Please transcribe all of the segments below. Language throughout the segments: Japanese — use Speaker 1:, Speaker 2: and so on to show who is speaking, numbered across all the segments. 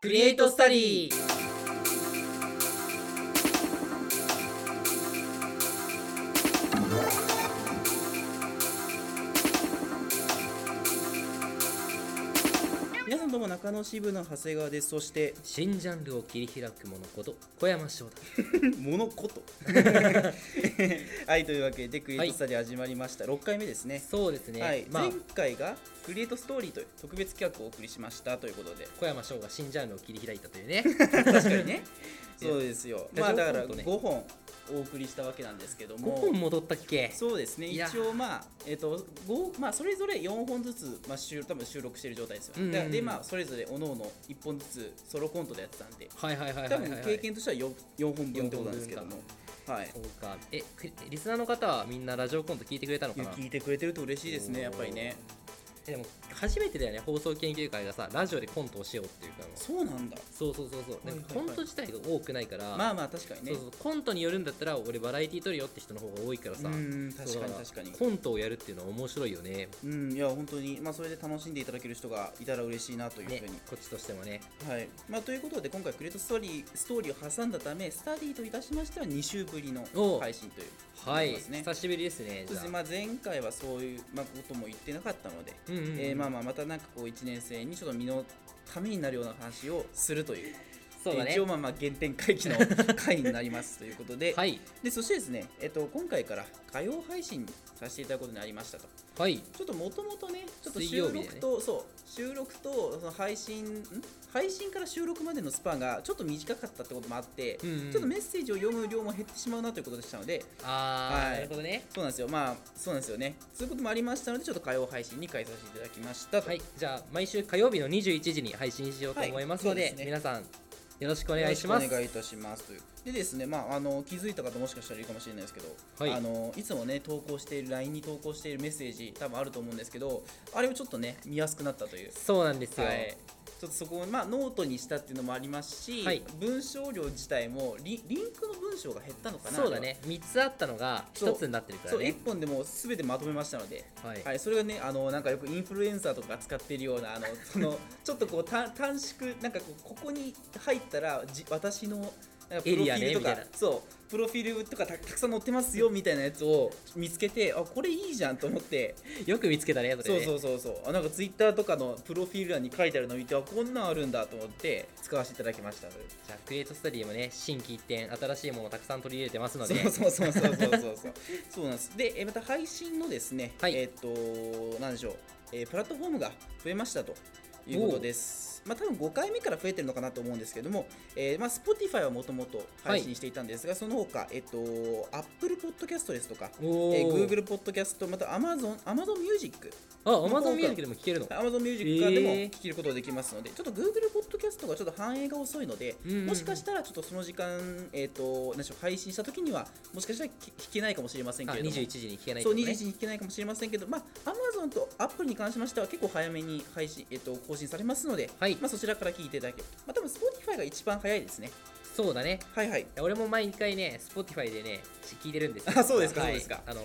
Speaker 1: クリエイトスタディ皆さんどうも中野支部の長谷川ですそ して
Speaker 2: 新ジャンルを切り開くものこと小山翔太
Speaker 1: モノ コトはいというわけでクリエイトスタディ始まりました、6回目ですね
Speaker 2: そうですね、
Speaker 1: はい、
Speaker 2: まあ
Speaker 1: 前回がクリエイトストーリーという特別企画をお送りしましたということで
Speaker 2: 小山翔が新ジャンルを切り開いたというね
Speaker 1: 確かにねそうですよ
Speaker 2: いや
Speaker 1: まあだから
Speaker 2: 情報とね
Speaker 1: 5本お送りしたわけなんですけど
Speaker 2: 5
Speaker 1: も
Speaker 2: 本戻ったっけ
Speaker 1: そうですね
Speaker 2: い
Speaker 1: 一
Speaker 2: や
Speaker 1: 応まあえっ、と五まあそれぞれ4本ずつまあ収多分収録してる状態ですよ、
Speaker 2: うんうんうん
Speaker 1: だからでまあそれぞれ各々1本ずつソロコントでやってたんで
Speaker 2: はいはいはいはい
Speaker 1: 多
Speaker 2: はい、
Speaker 1: 分
Speaker 2: はい、
Speaker 1: 経験としては 4, 四本分ってことなんですけども
Speaker 2: 四本
Speaker 1: はい
Speaker 2: そうかえくリスナーの方はみんなラジオコント聞いてくれたの
Speaker 1: い
Speaker 2: か
Speaker 1: や
Speaker 2: な
Speaker 1: 聞いてくれてると嬉しいですねやっぱりね
Speaker 2: えでも初めてだよね放送研究会がさラジオでコントをしようっていうかあの
Speaker 1: そうなんだ
Speaker 2: そうそうそうそう、なんか
Speaker 1: はいはいはい
Speaker 2: コント自体が多くないから
Speaker 1: まあまあ確かにね
Speaker 2: そうそうコントによるんだったら俺バラエティー撮るよって人の方が多いからさ
Speaker 1: うん確かに
Speaker 2: そう
Speaker 1: 確かに
Speaker 2: コントをやるっていうのは面白いよね
Speaker 1: うんいや本当にまあそれで楽しんでいただける人がいたら嬉しいなというふう
Speaker 2: ね
Speaker 1: に、
Speaker 2: こっちとしてもね
Speaker 1: はいまあ、ということで今回クレートストーリーストーリーを挟んだためスタディといたしましては2週ぶりの
Speaker 2: おう
Speaker 1: 配信という
Speaker 2: はい、
Speaker 1: そうですね
Speaker 2: 久しぶりですねじゃ
Speaker 1: そうです
Speaker 2: あ
Speaker 1: ねまあ、前回はそういう、まあ、ことも言ってなかったので、
Speaker 2: うんうんうん
Speaker 1: えーまあまあまたなんかこう1年生にちょっと身のためになるような話をするという
Speaker 2: そうだ
Speaker 1: えー
Speaker 2: ね
Speaker 1: 一応まあまあ原点回帰の回になりますということで,、
Speaker 2: はい
Speaker 1: でそしてですね、えっと今回から火曜配信にさせていただくことになりましたと
Speaker 2: はい
Speaker 1: ちょっともともとねちょっと
Speaker 2: 水
Speaker 1: 収
Speaker 2: 曜日でね
Speaker 1: 録と、そう収録とその配信ん配信から収録までのスパンがちょっと短かったってこともあって、
Speaker 2: うんうん
Speaker 1: ちょっとメッセージを読む量も減ってしまうなということでしたので
Speaker 2: あー、
Speaker 1: はい
Speaker 2: なるほどね
Speaker 1: そうなんですよまあそうなんですよねそういうこともありましたのでちょっと火曜配信に変えさせていただきましたと
Speaker 2: はいじゃあ毎週火曜日の21時に配信しようと
Speaker 1: はい
Speaker 2: 思いますので,、
Speaker 1: そうですね
Speaker 2: 皆さんよろしくお願いします
Speaker 1: よろくお願いいたしますというでですねまああの気づいた方もしかしたらいるかもしれないですけど、
Speaker 2: はい
Speaker 1: あのいつもね投稿している LINE に投稿しているメッセージ多分あると思うんですけどあれをちょっとね見やすくなったという
Speaker 2: そうなんですよ、
Speaker 1: はい、ちょっとそこを、まあ、ノートにしたっていうのもありますし、
Speaker 2: はい
Speaker 1: 文章量自体もリリンクの文章が減ったのかな
Speaker 2: そうだね3つあったのが
Speaker 1: そう
Speaker 2: 1つになってる
Speaker 1: あ
Speaker 2: か
Speaker 1: れは
Speaker 2: ら
Speaker 1: そう
Speaker 2: ね
Speaker 1: 1本でもう全てまとめましたので、
Speaker 2: はい
Speaker 1: はい、それがねあのなんかよくインフルエンサーとかが使ってるような あのそのちょっとこうた短縮なんかこうここに入ったらじ私のなんかプロフィールとか、
Speaker 2: エリアねみたいな
Speaker 1: そうプロフィールとかたたくさん載ってますよみたいなやつを見つけてあこれいいじゃんと思って
Speaker 2: よく見つけたねそれ
Speaker 1: そう
Speaker 2: ね
Speaker 1: そうそうそうあなんかツイッターとかのプロフィール欄に書いてあるの見てあこんなんあるんだと思って使わせていただきました
Speaker 2: じゃあクリエイトスタディもね心機一転新しいものをたくさん取り入れてますので
Speaker 1: そうそうそうそうそうそうそうそうなんですでえまた配信のですね、
Speaker 2: はい
Speaker 1: えっ、となんでしょう、えープラットフォームが増えましたということですまあ多分5回目から増えてるのかなと思うんですけども、えーまあ、Spotify はもともと配信していたんですが、その他、えっと Apple Podcast ですとか、え
Speaker 2: おー
Speaker 1: ー、Google Podcast また Amazon, Amazon Music
Speaker 2: あ Amazon ミュージックでも聴けるの
Speaker 1: Amazon Music からでも
Speaker 2: えー
Speaker 1: 聞けることができますので、ちょっと Google ポッドキャストがちょっと反映が遅いので、
Speaker 2: うんうんうん
Speaker 1: もしかしたらちょっとその時間、えっ、と、何でしょう、配信した時には、もしかしたら聞聞けないかもしれません
Speaker 2: あ
Speaker 1: けれども。
Speaker 2: 21時に聴けないって
Speaker 1: そう
Speaker 2: こと
Speaker 1: 21
Speaker 2: ね
Speaker 1: 時に聞けないかもしれませんけど、まあ、Amazon と Apple に関しましては結構早めに配信、えっと更新されますので、
Speaker 2: はい
Speaker 1: まあ、そちらから聞いていただけると、まあ、多分 Spotify が一番早いですね。
Speaker 2: そうだね
Speaker 1: はいはい、
Speaker 2: 俺も毎回ね Spotify でね聞いてるんですよ
Speaker 1: あそうですか
Speaker 2: はい
Speaker 1: そうですか
Speaker 2: あの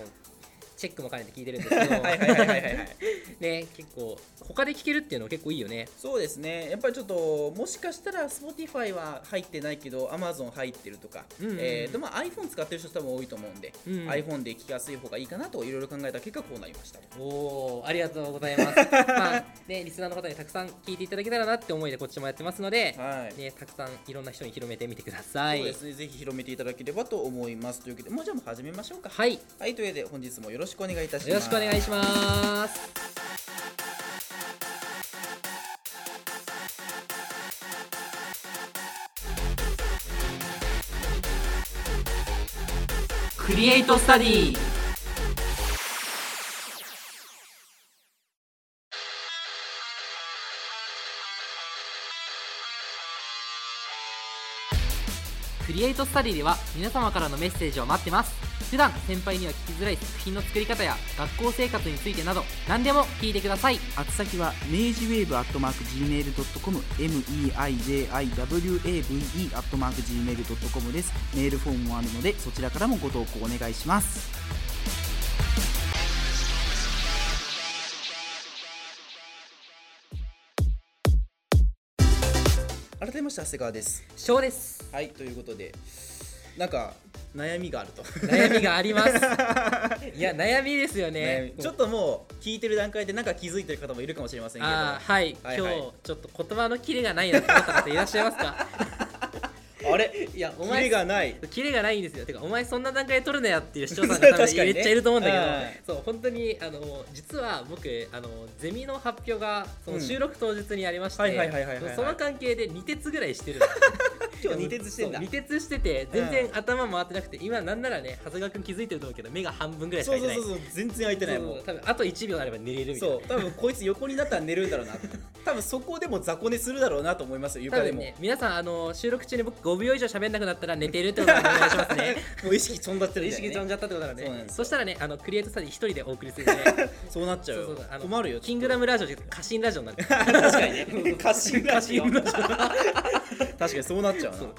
Speaker 2: チェックも兼ねて聞いてるんですけど
Speaker 1: はいはいはいはいはいはい。
Speaker 2: ね結構他で聞けるっていうの結構いいよね
Speaker 1: そうですねやっぱりちょっともしかしたら Spotify は入ってないけど Amazon 入ってるとか、
Speaker 2: うんうんうん
Speaker 1: えーとまあ、iPhone 使ってる人多分多いと思うんで、
Speaker 2: うん
Speaker 1: iPhone で聞きやすい方がいいかなといろいろ考えた結果こうなりました
Speaker 2: おーありがとうございます まあねリスナーの方にたくさん聞いていただけたらなって思いでこっちもやってますので、
Speaker 1: はい、
Speaker 2: ね、たくさんいろんな人に広めてみてください
Speaker 1: そうですねぜひ広めていただければと思いますというわけでもうじゃあもう始めましょうかはい、
Speaker 2: はいよ
Speaker 1: というわけで本日もよろしくお願いいたします
Speaker 2: ろしくお願いしますクリエイトスタディクリエイトスタディでは皆様からのメッセージを待ってます普段先輩には聞きづらい作品の作り方や学校生活についてなど何でも聞いてください
Speaker 3: 宛先は明治ウェーブアットマーク Gmail.com meijiwave アットマーク Gmail.com ですメールフォームもあるのでそちらからもご投稿お願いします
Speaker 1: 改めまして長谷川です
Speaker 2: 翔です
Speaker 1: はいということでなんか悩みがあると
Speaker 2: 悩みがあり ますいや悩みですよ ね
Speaker 1: 悩みちょっともう聞いてる段階でなんか気づいてる方もいるかもしれませんけど
Speaker 2: あ
Speaker 1: あ
Speaker 2: ーはい、
Speaker 1: はいはい
Speaker 2: 今日ちょっと言葉のキレがないなと思った方いらっしゃいます か
Speaker 1: れ
Speaker 2: いやお
Speaker 1: キレ
Speaker 2: 前
Speaker 1: がない
Speaker 2: キレがないんですよてかお前そんな段階で取るなやっていう視聴者の方
Speaker 1: 確か
Speaker 2: がめ
Speaker 1: にね
Speaker 2: っちゃいると思うんだけど、
Speaker 1: はい
Speaker 2: そう本当にあの実は僕あのゼミの発表がその
Speaker 1: うん
Speaker 2: 収録当日にありまして
Speaker 1: はいはいはいはいはいはい
Speaker 2: その関係で2鉄ぐらいしてるの
Speaker 1: 今日二徹してんだ
Speaker 2: そう二徹してて全然頭回ってなくて、今なんならね長谷川君気づいてると思うけど目が半分ぐらいしか
Speaker 1: そう
Speaker 2: 開いて
Speaker 1: そう
Speaker 2: ない
Speaker 1: そうそう全然空いてないも
Speaker 2: そうう多分あと1秒あれば寝れるみたいな
Speaker 1: そう多分こいつ横になったら寝るんだろうな多分そこでも雑魚寝するだろうなと思いますよ
Speaker 2: 多
Speaker 1: 床で
Speaker 2: 分
Speaker 1: も、
Speaker 2: ね、皆さんあの収録中に僕5秒以上喋んなくなったら寝てるってことでお願いしますね
Speaker 1: もう意識飛んだってる
Speaker 2: 意
Speaker 1: みたいなね
Speaker 2: 識飛んじゃったってことなの
Speaker 1: そうな
Speaker 2: で
Speaker 1: んです
Speaker 2: そ
Speaker 1: よ
Speaker 2: したらねあのクリエイトスタディ一人でお送りするんで
Speaker 1: そうなっ ちゃう
Speaker 2: そう
Speaker 1: よ
Speaker 2: そうそうあの
Speaker 1: 困るよ
Speaker 2: キング ダムラジオじゃなくて家臣ラジオになる
Speaker 1: 確かにね過信
Speaker 2: 家
Speaker 1: 過 信
Speaker 2: 臣ラジオ
Speaker 1: 確かにそうなっちゃうな
Speaker 2: そう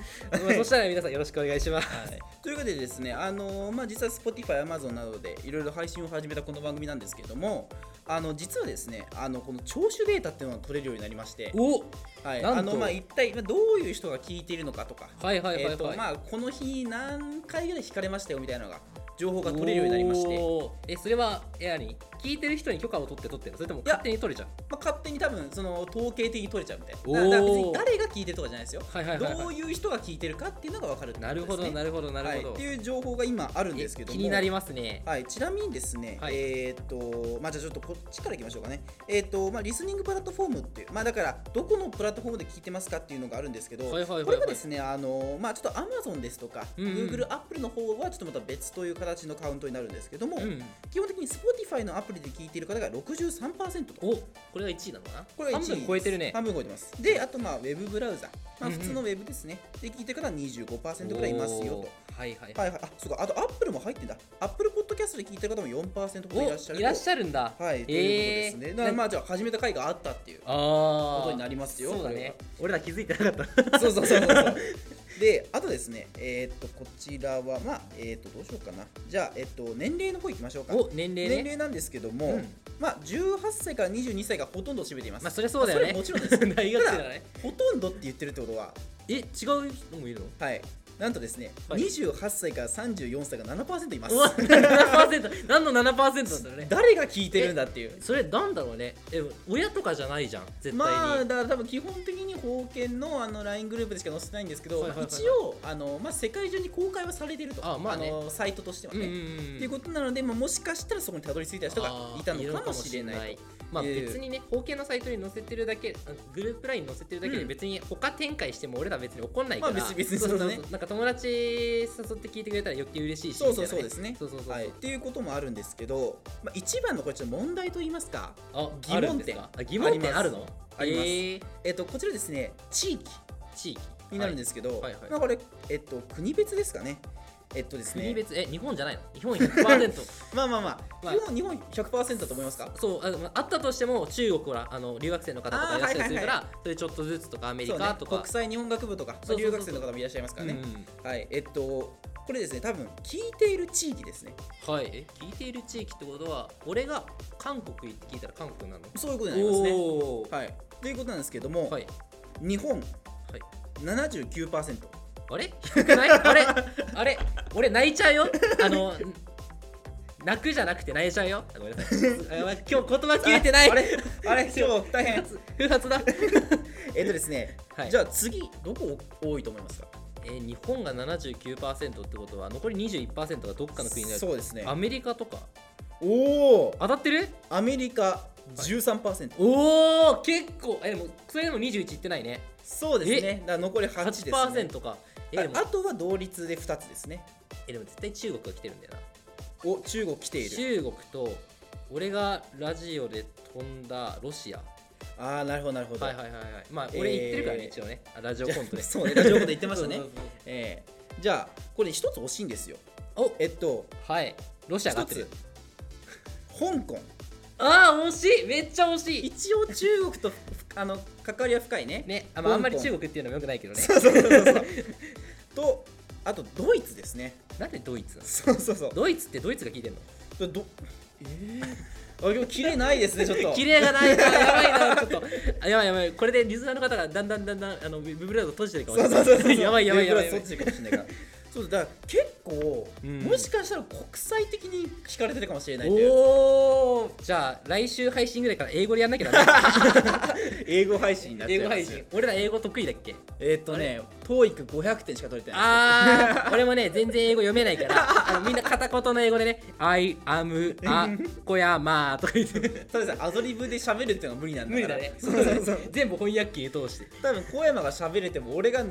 Speaker 2: そしたら皆さんよろしくお願いします
Speaker 1: はい、というわけでですね、あのーまあ、実は Spotify、Amazon などでいろいろ配信を始めたこの番組なんですけどもあの実はですねあのこの聴取データっていうのが取れるようになりまして、
Speaker 2: お
Speaker 1: はい
Speaker 2: なんと
Speaker 1: あのまあ、一体まあどういう人が聞いているのかとか、
Speaker 2: はいはいはいはい、
Speaker 1: えーとまあ、この日何回ぐらい聞かれましたよみたいなのが情報が取れるようになりまして、ま
Speaker 2: おーえそれはえ何聞いてる人に許可を取って取ってるそれとも
Speaker 1: いや
Speaker 2: 勝手に取れちゃう
Speaker 1: あ、勝手に多分その統計的に取れちゃうみたい
Speaker 2: おー
Speaker 1: なだから別に誰が聞いてるとかじゃないですよ、
Speaker 2: はいはいはいはい
Speaker 1: どういう人が聞いてるかっていうのが分かるってこと
Speaker 2: なるほど
Speaker 1: ですね
Speaker 2: なるほどなるほど、
Speaker 1: はい、っていう情報が今あるん
Speaker 2: え
Speaker 1: ですけども
Speaker 2: 気になりますね
Speaker 1: はい、ちなみにですね、
Speaker 2: はい
Speaker 1: えっ、と、まあ、じゃあちょっとこっちからいきましょうかね。えっ、と、まあ、リスニングプラットフォームっていう、まあ、だから、どこのプラットフォームで聞いてますかっていうのがあるんですけど、
Speaker 2: はいはいはいはい
Speaker 1: これがですね、あの、まあ、ちょっと Amazon ですとか、
Speaker 2: うんうん
Speaker 1: Google、Apple の方はちょっとまた別という形のカウントになるんですけども、
Speaker 2: うん
Speaker 1: 基本的に Spotify のアプリで聞いている方が63%と。
Speaker 2: おこれが1位なのかな
Speaker 1: これが
Speaker 2: 半
Speaker 1: 一位
Speaker 2: 分超えてるね
Speaker 1: 半分超えてます。で、あと、まあ、ウェブブラウザ、まあ、
Speaker 2: うんうん
Speaker 1: 普通のウェブですね。で、聞いてる方は25%ぐらいいますよと。
Speaker 2: おーはいはい
Speaker 1: はいはい、あそうかあとアップルも入ってんだアップルポッドキャストで聞いてる方も4%ほどいらっしゃ
Speaker 2: お
Speaker 1: る
Speaker 2: いらっしゃるんだ
Speaker 1: はい、ということですね
Speaker 2: えー
Speaker 1: だからまあじゃあ始めた回があったっていう
Speaker 2: ああ
Speaker 1: ことになりますよ
Speaker 2: そうだね俺ら気づいてなかっ
Speaker 1: これはそうそうそうそうそうであとですねえーっとこちらはまあえーっとどうしようかなじゃあえっと年齢の方いきましょうか
Speaker 2: たお年齢ね
Speaker 1: 年齢なんですけども、
Speaker 2: うん
Speaker 1: まあ18歳から22歳がほとんどを占めています、
Speaker 2: まあそりゃそうだよね
Speaker 1: まあそれはもちろんで す
Speaker 2: 大学生だね
Speaker 1: ほとんどって言ってるってことは
Speaker 2: え違うのもいるの
Speaker 1: はいなんとですね、
Speaker 2: はい
Speaker 1: 28歳から34歳が7%います
Speaker 2: うわ7%何 の7%なんだろうね
Speaker 1: 誰が聞いてるんだっていう
Speaker 2: それなんだろうねえ親とかじゃないじゃん絶対に、
Speaker 1: まあだから多分基本的に封建のあの LINE グループでしか載せてないんですけど、
Speaker 2: はいはいはいはい
Speaker 1: 一応あの、まあ、世界中に公開はされてると
Speaker 2: あまあね
Speaker 1: のサイトとしては
Speaker 2: うん
Speaker 1: ね、
Speaker 2: うんうん
Speaker 1: っていうことなので、まあ、もしかしたらそこにたどり着いた人がいたのかもしれない
Speaker 2: あー
Speaker 1: と
Speaker 2: いるのかもしれまあ
Speaker 1: いう
Speaker 2: 別にね法系のサイトに載せてるだけあグループラインに載せてるだけで
Speaker 1: うん
Speaker 2: 別に他展開しても俺ら別に怒んないから、
Speaker 1: まあ別に別にそんなね
Speaker 2: うううなんか友達誘って聞いてくれたら余計嬉しいし
Speaker 1: そうそう
Speaker 2: みた
Speaker 1: そ
Speaker 2: いうな
Speaker 1: ですね
Speaker 2: そうそうそうそう
Speaker 1: はい、っていうこともあるんですけど、まあ、一番のこれちょっと問題と言いますか、
Speaker 2: あ
Speaker 1: 疑
Speaker 2: あ
Speaker 1: 問点
Speaker 2: るんですかあ疑問点あるの
Speaker 1: あります
Speaker 2: え
Speaker 1: えっとこちらですね地域
Speaker 2: ー地域
Speaker 1: になるん
Speaker 2: で
Speaker 1: ですけど、
Speaker 2: はいはいはい
Speaker 1: まあ、これ、えっと、国別ですかねえっとですね
Speaker 2: 国別え日本じゃないの 日本100%
Speaker 1: まあまあまあ、
Speaker 2: まあ
Speaker 1: 日本日本100%だと思いますか
Speaker 2: そうあのあったとしても中国はあの留学生の方とかいらっしゃったりするから、それちょっとずつとかアメリ
Speaker 1: そう
Speaker 2: カ
Speaker 1: ね
Speaker 2: と、か
Speaker 1: 国際日本学部とか
Speaker 2: そうそうそうそう
Speaker 1: 留学生の方もいらっしゃいますからね、
Speaker 2: うん
Speaker 1: はい、えっと、これですね、多分聞いている地域ですね。
Speaker 2: はいえ聞いている地域ってことは俺が韓国行って聞いたら韓国なの
Speaker 1: そういうことになりますね。
Speaker 2: おー
Speaker 1: はい、ということなんですけども、
Speaker 2: はい
Speaker 1: 日本、
Speaker 2: い
Speaker 1: 79%。
Speaker 2: あれ低くない あれあれ俺泣いちゃうよあの泣くじゃなくて泣いちゃうよごめんなさい あ今日言葉消えてない
Speaker 1: あれ、あれ、 今日大変。
Speaker 2: 不発だ、
Speaker 1: えっとですね、
Speaker 2: はい
Speaker 1: じゃあ次、どこ多いと思いますか
Speaker 2: えー日本が79%ってことは残り21%がどっかの国になる
Speaker 1: そうですね。
Speaker 2: アメリカとか
Speaker 1: おお、
Speaker 2: 当たってる
Speaker 1: アメリカ13%。
Speaker 2: おお結構えでもそれでも21いってないね
Speaker 1: そうですね、だから残り8です、ね。
Speaker 2: 8%かえでも
Speaker 1: ああとは同率で2つですね。
Speaker 2: えでも絶対中国が来てるんだよな
Speaker 1: お、中国来ている。
Speaker 2: 中国と俺がラジオで飛んだロシア
Speaker 1: ああ、なるほど、なるほど。
Speaker 2: はいはいはいはいまあ俺言ってるからね、
Speaker 1: えー
Speaker 2: 一応ねあラジオコントで
Speaker 1: そうね、ラジオコント言ってました ね
Speaker 2: そうそう。
Speaker 1: ええじゃあ、これ一つ惜しいんですよ。
Speaker 2: そうお
Speaker 1: えっと、
Speaker 2: はいロシアが
Speaker 1: 一
Speaker 2: ってる
Speaker 1: つ、香港。
Speaker 2: ああ惜しいめっちゃ惜しい
Speaker 1: 一応、中国とあの関わりは深いね。
Speaker 2: ねあ,、まあ、
Speaker 1: 香港
Speaker 2: あんまり中国っていうのもよくないけどね
Speaker 1: そうそうそうそう。と、あと、ドイツですね。
Speaker 2: なんでドイツなの
Speaker 1: そうそうそう。
Speaker 2: ドイツってドイツが聞いてんの
Speaker 1: どどえあ今日キレないですねちょっと
Speaker 2: 綺麗がないな、やばいな、ちょっと。あやばいやばい、これでリスナーの方がだんだんだんだんあのウェブブラウザ閉じてるかもし
Speaker 1: そう
Speaker 2: れな
Speaker 1: そ
Speaker 2: い。
Speaker 1: うそうそう
Speaker 2: やばいやばいやばいやば
Speaker 1: そっ
Speaker 2: い。
Speaker 1: ちかもしれないからそうだから結構、
Speaker 2: うん
Speaker 1: もしかしたら国際的に聞かれてるかもしれないという
Speaker 2: おーじゃあ来週配信ぐらいから英語でやんなきゃダメだ
Speaker 1: 英語配信になっちゃ
Speaker 2: 英
Speaker 1: い
Speaker 2: 語
Speaker 1: ます
Speaker 2: 配信俺ら英語得意だっけ
Speaker 1: えーっとね TOEIC500 点しか取れてない
Speaker 2: あー俺もね全然英語読めないからあのみんな片言の英語でね「I am あこやま」とか言って
Speaker 1: たださアドリブで喋るっていうのは無理なんだ
Speaker 2: 無理だ
Speaker 1: から
Speaker 2: ね
Speaker 1: そうそう そう
Speaker 2: 全部翻訳機に通して
Speaker 1: 多分小山が喋れても俺が「あれ?」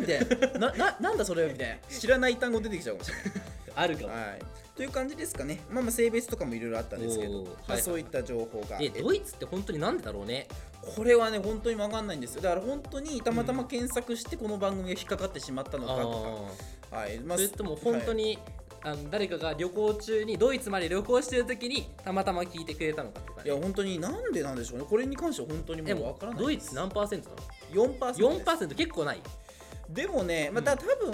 Speaker 1: みたいな「な ななんだそれ?」みたいな知らない単語出てきちゃうかもしれない
Speaker 2: あるかも
Speaker 1: はい、という感じですかね、まあ、まあ性別とかもいろいろあったんですけど、
Speaker 2: おーはい
Speaker 1: ま
Speaker 2: は
Speaker 1: あ、
Speaker 2: い
Speaker 1: そういった情報が
Speaker 2: で
Speaker 1: え
Speaker 2: ドイツって本当になんでだろうね
Speaker 1: これはね本当に分かんないんですよだから本当にたまたま検索してこの番組が引っかかってしまったのかと
Speaker 2: あ
Speaker 1: か、はいま
Speaker 2: ー
Speaker 1: あ、
Speaker 2: それとも本当
Speaker 1: はい
Speaker 2: に、あの誰かが旅行中にドイツまで旅行してる時にたまたま聞いてくれたのかとか
Speaker 1: い、
Speaker 2: ね
Speaker 1: や本当になんでなんでしょうねこれに関しては本当にも
Speaker 2: で
Speaker 1: う分
Speaker 2: も
Speaker 1: からない
Speaker 2: ドイツ何パーセントなの
Speaker 1: 4%, です
Speaker 2: ?4% 結構ない
Speaker 1: でもねまた多分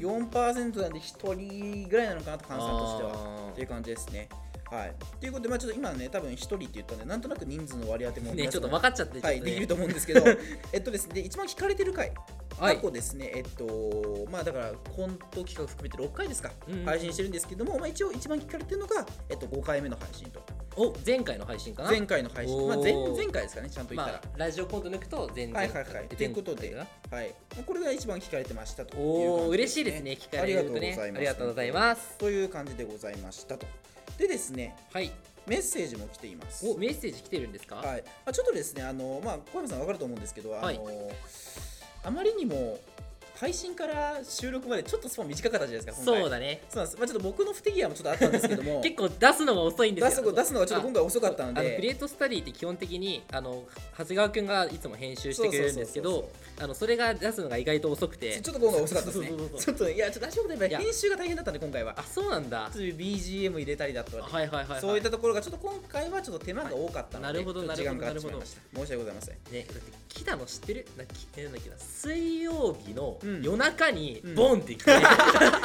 Speaker 1: 4%なんで1人ぐらいなのかなと換算としては
Speaker 2: あー
Speaker 1: っていう感じですねはいということでまあちょっと今ね多分1人って言ったんでなんとなく人数の割り当ても
Speaker 2: ね
Speaker 1: 皆
Speaker 2: ちょ
Speaker 1: さ
Speaker 2: っ
Speaker 1: ん
Speaker 2: と分かっちゃって
Speaker 1: はい、
Speaker 2: ちょっと
Speaker 1: で
Speaker 2: ね
Speaker 1: きると思うんですけど、えっとですね、で一番聞かれてる回、
Speaker 2: はい
Speaker 1: 過去ですね、えっと、まあだから、コント企画含めて6回ですか、
Speaker 2: うんうん
Speaker 1: 配信してるんですけども、まあ一応、一番聞かれてるのが、えっと、5回目の配信と、
Speaker 2: お前回の配信かな
Speaker 1: 前回の配信、まあ
Speaker 2: お
Speaker 1: 前
Speaker 2: ー
Speaker 1: 前回ですかね、ちゃんと言っ
Speaker 2: ま
Speaker 1: たら
Speaker 2: あ。、ラジオコント抜くと全然
Speaker 1: はいはいはい。ということで、はい、これが一番聞かれてましたという
Speaker 2: おお
Speaker 1: 感じ
Speaker 2: 嬉しいですね聞かれるとねありがとうござい
Speaker 1: す。
Speaker 2: ます
Speaker 1: という感じでございましたと。でですね、
Speaker 2: はい
Speaker 1: メッセージも来ています。
Speaker 2: おメッセージ来てるんですか、
Speaker 1: はい、あちょっとですね、あのまあ、小山さん分かると思うんですけど、あの
Speaker 2: はい
Speaker 1: あまりにも配信から収録までちょっとスパン短かったじゃないですか、今回
Speaker 2: そうだね
Speaker 1: そうなんです、まあ、ちょっと僕の不手際もちょっとあったんですけども、
Speaker 2: 結構出すのが遅いんです
Speaker 1: 出
Speaker 2: よ
Speaker 1: す出すのがちょっと今回遅かったの
Speaker 2: あのクリエ
Speaker 1: で、
Speaker 2: イトスタディって基本的にあの長谷川くんがいつも編集してくれるんですけ
Speaker 1: そうそ
Speaker 2: ど
Speaker 1: うそう
Speaker 2: あのそれが出すのが意外と遅くて
Speaker 1: ちょっと今回遅かったですね
Speaker 2: そうそうそう、
Speaker 1: ちょっと、いや、ちょっと大丈夫だ
Speaker 2: いや
Speaker 1: 編集が大変だったんで、今回は
Speaker 2: あ。そうなんだ
Speaker 1: ちょっと BGM 入れたりだったり、
Speaker 2: はいはいはい、はい、
Speaker 1: そういったところが、ちょっと今回はちょっと手間が多かったので、
Speaker 2: はいなるほど
Speaker 1: ちょっと時間かかって
Speaker 2: な
Speaker 1: しま
Speaker 2: るほ
Speaker 1: い
Speaker 2: ど
Speaker 1: ました。申し訳ございません。
Speaker 2: ね、だって来たの知ってるなきなんだっけな水曜日の
Speaker 1: うん
Speaker 2: 夜中に
Speaker 1: うん
Speaker 2: ボンって来 て、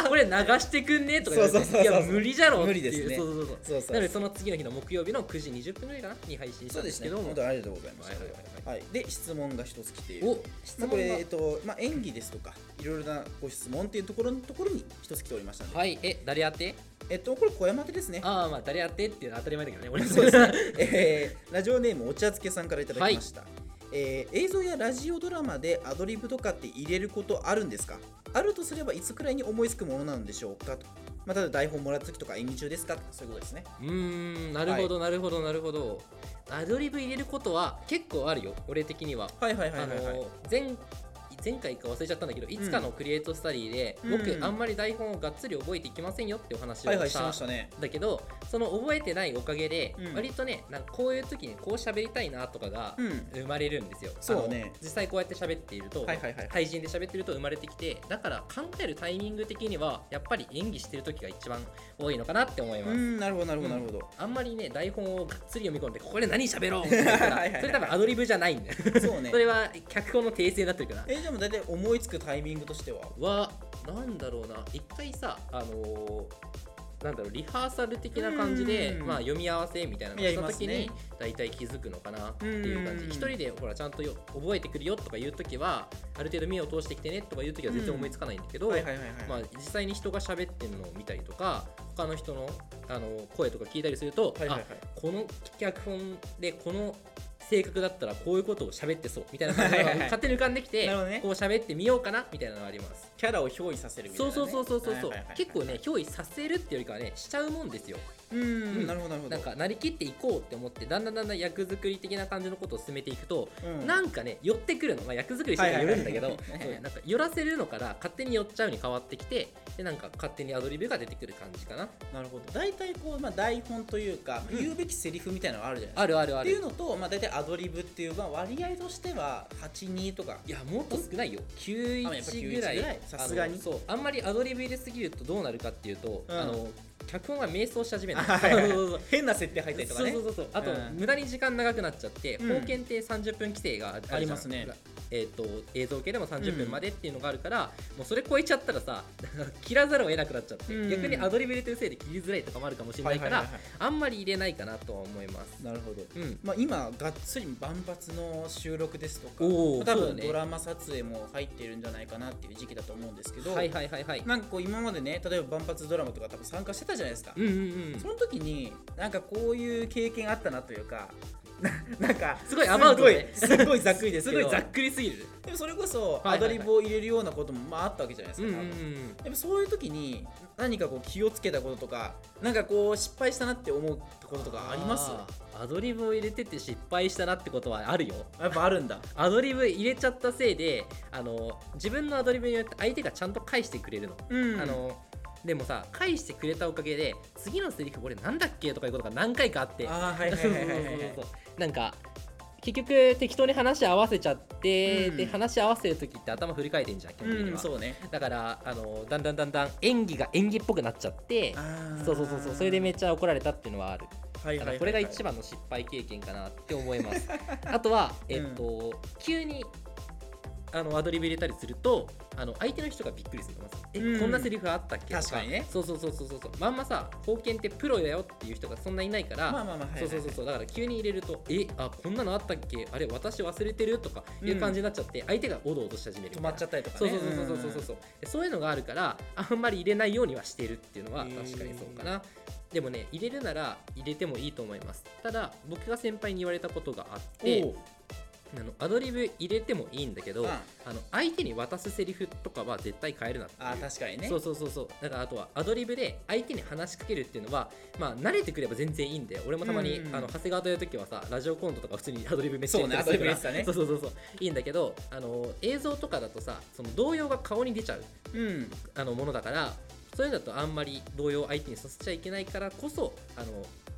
Speaker 2: これ流してくんねとか言われ
Speaker 1: そうそうそ
Speaker 2: て
Speaker 1: う
Speaker 2: い
Speaker 1: そ
Speaker 2: や
Speaker 1: う
Speaker 2: 無理じゃろっていう
Speaker 1: 無理ですね
Speaker 2: そうそうそう
Speaker 1: そうそうそう
Speaker 2: なのでその次の日の木曜日の9時20分ぐらいかなに配信した
Speaker 1: そうんで
Speaker 2: ですす
Speaker 1: ね。
Speaker 2: けども
Speaker 1: 本当にありがとうございました。
Speaker 2: はいはい
Speaker 1: はい、で、質問が一つ来ている。
Speaker 2: お質
Speaker 1: ま
Speaker 2: 問
Speaker 1: あ、こ
Speaker 2: が
Speaker 1: れ、えっとまあ、演技ですとかいろいろなご質問っていうところのところに一つ来ておりましたので、
Speaker 2: はいえ誰宛て
Speaker 1: えっと、これ小山手ですね。
Speaker 2: ああまあ誰宛てっていうのは当たり前だけどね俺
Speaker 1: そうですね、えーラジオネームお茶漬けさんからいただきました、えー映像やラジオドラマでアドリブとかって入れることあるんですかあるとすればいつくらいに思いつくものなのでしょうかと、まあ、ただ台本もらった時とか演技中ですかとかそういうことですね
Speaker 2: うーんなるほどなるほどなるほどアドリブ入れることは結構あるよ俺的には
Speaker 1: はいはいはい
Speaker 2: あ
Speaker 1: はい
Speaker 2: の
Speaker 1: はい、
Speaker 2: ー前前回か忘れちゃったんだけどいつかのクリエイトスタディで、
Speaker 1: うん
Speaker 2: 僕、
Speaker 1: うん
Speaker 2: あんまり台本をがっつり覚えていきませんよっていうお話を
Speaker 1: はいはい
Speaker 2: し,、
Speaker 1: したてましたね
Speaker 2: だけどその覚えてないおかげで、
Speaker 1: うん
Speaker 2: 割とねなんかこういう時にこう喋りたいなとかが
Speaker 1: うん
Speaker 2: 生まれるんですよ、
Speaker 1: そうね
Speaker 2: あの実際こうやって喋っていると、
Speaker 1: はいはいはい
Speaker 2: 対人で喋ってると生まれてきてだから考えるタイミング的にはやっぱり演技してる時が一番多いのかなって思いうます、
Speaker 1: んなるほどなるほどなるほど、
Speaker 2: あんまりね台本をがっつり読み込んでここで何喋ろうって言ったら
Speaker 1: はいはいはい
Speaker 2: それ多分アドリブじゃないんだよ
Speaker 1: そうね
Speaker 2: それは脚本の訂正になってるから
Speaker 1: えーでも大体思いつくタイミングとしては
Speaker 2: はなんだろうな一回さあのーなんだろうリハーサル的な感じで、
Speaker 1: うん
Speaker 2: まあ、読み合わせみたいなのを
Speaker 1: や
Speaker 2: し
Speaker 1: り
Speaker 2: た
Speaker 1: ます
Speaker 2: 時
Speaker 1: ね
Speaker 2: に大体気づくのかなっていう感じ
Speaker 1: うん
Speaker 2: 一人でほらちゃんとよ覚えてくるよとか言う時はある程度目を通してきてねとか言う時は全然思いつかないんだけど、
Speaker 1: いはい
Speaker 2: まあ、実際に人が喋ってるのを見たりとか他の人のあの声とか聞いたりすると、
Speaker 1: はいはいはい
Speaker 2: あこの脚本でこの性格だったらこういうことを喋ってそうみたいな感じ
Speaker 1: はい
Speaker 2: が
Speaker 1: はいはい
Speaker 2: 勝手に浮かんできて
Speaker 1: なるほどね
Speaker 2: こう喋ってみようかなみたいなのがあります。
Speaker 1: キャラを憑依させるみたい
Speaker 2: そ
Speaker 1: な、
Speaker 2: う
Speaker 1: ね、
Speaker 2: そうそうそうそうそう、
Speaker 1: はいはいはい
Speaker 2: 結構ね憑依させるっていうよりかはねしちゃうもんですよ
Speaker 1: うん、
Speaker 2: ん
Speaker 1: なるほどなるほど
Speaker 2: なんかなりきっていこうって思ってだんだんだんだん役作り的な感じのことを進めていくと、
Speaker 1: うん
Speaker 2: なんかね寄ってくるの、まあ、役作りしてるから寄るんだけど、
Speaker 1: はいはい はいはい
Speaker 2: そうなんか寄らせるのから勝手に寄っちゃうに変わってきてでなんか勝手にアドリブが出てくる感じかな
Speaker 1: なるほど大体こう、まあ、台本というか、
Speaker 2: うん
Speaker 1: 言うべきセリフみたいなのがあるじゃないですか
Speaker 2: あるあるあ
Speaker 1: っていう
Speaker 2: る
Speaker 1: のと、まあ、大体アドリブっていう、まあ、割合としては82とか
Speaker 2: いやもっと少ないよ
Speaker 1: あやっぱ
Speaker 2: 91
Speaker 1: 91
Speaker 2: ぐらい
Speaker 1: ぐらいさすがに
Speaker 2: あのそうあんまりアドリブ入れすぎるとどうなるかっていうと、
Speaker 1: うん
Speaker 2: あの脚本が迷走し始めるの
Speaker 1: 変な設定入ったりとかね
Speaker 2: そうそうそうそうあと、
Speaker 1: うん
Speaker 2: 無駄に時間長くなっちゃって
Speaker 1: うん
Speaker 2: 封建って30分規制があるじゃん
Speaker 1: ありますね
Speaker 2: えー、と映像系でも30分までっていうのがあるから、もうそれ超えちゃったらさ 切らざるを得なくなっちゃって、
Speaker 1: うん
Speaker 2: 逆にアドリブ入れてるせいで切りづらいとかもあるかもしれないから、
Speaker 1: はいはいはいは
Speaker 2: あんまり入れないかなとは思います。
Speaker 1: いなるほど
Speaker 2: うん
Speaker 1: まあ、今がっつり万発の収録ですとか
Speaker 2: おー
Speaker 1: 多
Speaker 2: そうだ
Speaker 1: 分
Speaker 2: ね
Speaker 1: ドラマ撮影も入ってるんじゃないかなっていう時期だと思うんですけど、
Speaker 2: はいはいはいはい。
Speaker 1: なんかこう今までね例えば万発ドラマとか多分参加してたじゃないですか、
Speaker 2: うんうんうん
Speaker 1: その時になんかこういう経験あったなというかななんか
Speaker 2: すごいアバウトだね
Speaker 1: すごいすごいざっくりです
Speaker 2: す
Speaker 1: け
Speaker 2: ご
Speaker 1: ど
Speaker 2: いざっくりすぎる。
Speaker 1: でもそれこそ
Speaker 2: はいはい
Speaker 1: アドリブを入れるようなこともまああったわけじゃないです
Speaker 2: うん
Speaker 1: か、
Speaker 2: うん
Speaker 1: 多
Speaker 2: う
Speaker 1: 分
Speaker 2: ん。
Speaker 1: やっぱそういう時に何かこう気をつけたこととかなんかこう失敗したなって思うこととかあります
Speaker 2: あーアドリブを入れてて失敗したなってことはあるよ。
Speaker 1: やっぱあるんだ
Speaker 2: アドリブ入れちゃったせいであの自分のアドリブによって相手がちゃんと返してくれるの。
Speaker 1: うん
Speaker 2: あのでもさ返してくれたおかげで次のセリフこれなんだっけとかいうことが何回かあって
Speaker 1: あーはいはいはいはいはいはい
Speaker 2: そうそうそうそうなんか結局適当に話合わせちゃって、
Speaker 1: うん
Speaker 2: で話合わせる時って頭振り返ってんじゃん基本的には
Speaker 1: うんそうね
Speaker 2: だからあのだんだんだんだん演技が演技っぽくなっちゃってそうそうそうそうそれでめっちゃ怒られたっていうのはある
Speaker 1: はい
Speaker 2: だ
Speaker 1: はい
Speaker 2: か
Speaker 1: はいは
Speaker 2: ら
Speaker 1: い
Speaker 2: これが一番の失敗経験かなって思います あとはえっと、急にあのアドリブ入れたりするとあの相手の人がびっくりするのまずえ、
Speaker 1: うん
Speaker 2: こんなセリフあったっけと
Speaker 1: 確かにね
Speaker 2: そうそうそうそうそうまんまさ封建ってプロだよっていう人がそんないないから、
Speaker 1: まあまあまあはいはい
Speaker 2: そうそうそうそうだから急に入れると「えあこんなのあったっけあれ私忘れてる?」とかいう感じになっちゃって、相手がおどおどし始めるみた
Speaker 1: 止
Speaker 2: い
Speaker 1: ま
Speaker 2: な
Speaker 1: っちゃったりとか
Speaker 2: そう
Speaker 1: ね
Speaker 2: そうそうそうそうそうそう、でそういうのがあるからあんまり入れないようにはしてるっていうのは確かにそうかな、でもね入れるなら入れてもいいと思いますただ僕が先輩に言われたことがあっ
Speaker 1: うん
Speaker 2: てあのアドリブ入れてもいいんだけど、
Speaker 1: うん
Speaker 2: あの相手に渡すセリフとかは絶対変えるなっていう
Speaker 1: あー確かにね
Speaker 2: そうそうそうそうだからあとはアドリブで相手に話しかけるっていうのはまあ慣れてくれば全然いいんだよ俺もたまに、
Speaker 1: うんうん
Speaker 2: あの長谷川とやる時はさラジオコントとか普通にアドリブめっちゃ
Speaker 1: そうね
Speaker 2: やったりするから
Speaker 1: アドリブやってた
Speaker 2: そうそうそうそういいんだけどあの映像とかだとさその動揺が顔に出ちゃう
Speaker 1: うん
Speaker 2: あのものだからそういうのだとあんまり動揺を相手にさせちゃいけないからこそあの